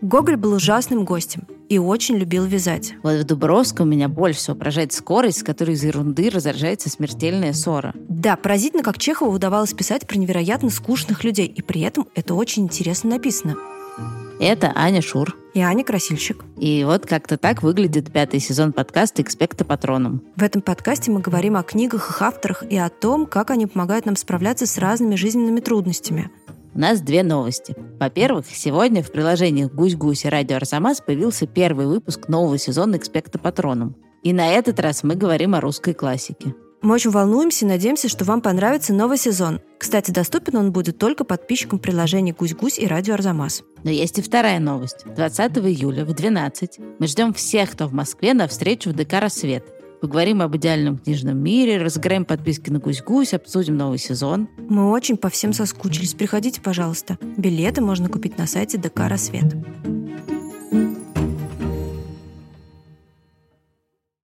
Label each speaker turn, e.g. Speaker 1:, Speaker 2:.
Speaker 1: Гоголь был ужасным гостем и очень любил вязать.
Speaker 2: Вот в Дубровском меня больше всего поражает скорость, с которой из ерунды разражается смертельная ссора.
Speaker 1: Да, поразительно, как Чехову удавалось писать про невероятно скучных людей, и при этом это очень интересно написано.
Speaker 2: Это Аня Шур.
Speaker 1: И Аня Красильщик.
Speaker 2: И вот как-то так выглядит пятый сезон подкаста «Экспекта Патроном».
Speaker 1: В этом подкасте мы говорим о книгах, их авторах и о том, как они помогают нам справляться с разными жизненными трудностями.
Speaker 2: У нас две новости. Во-первых, сегодня в приложениях «Гусь-гусь» и «Радио Арзамас» появился первый выпуск нового сезона «Экспекта Патроном». И на этот раз мы говорим о русской классике.
Speaker 1: Мы очень волнуемся и надеемся, что вам понравится новый сезон. Кстати, доступен он будет только подписчикам приложений «Гусь-гусь» и «Радио Арзамас».
Speaker 2: Но есть и вторая новость. 20 июля в 12 мы ждем всех, кто в Москве, на встречу в ДК «Рассвет». Поговорим об идеальном книжном мире, разыграем подписки на «Гусь-гусь», обсудим новый сезон.
Speaker 1: Мы очень по всем соскучились. Приходите, пожалуйста. Билеты можно купить на сайте ДК «Рассвет».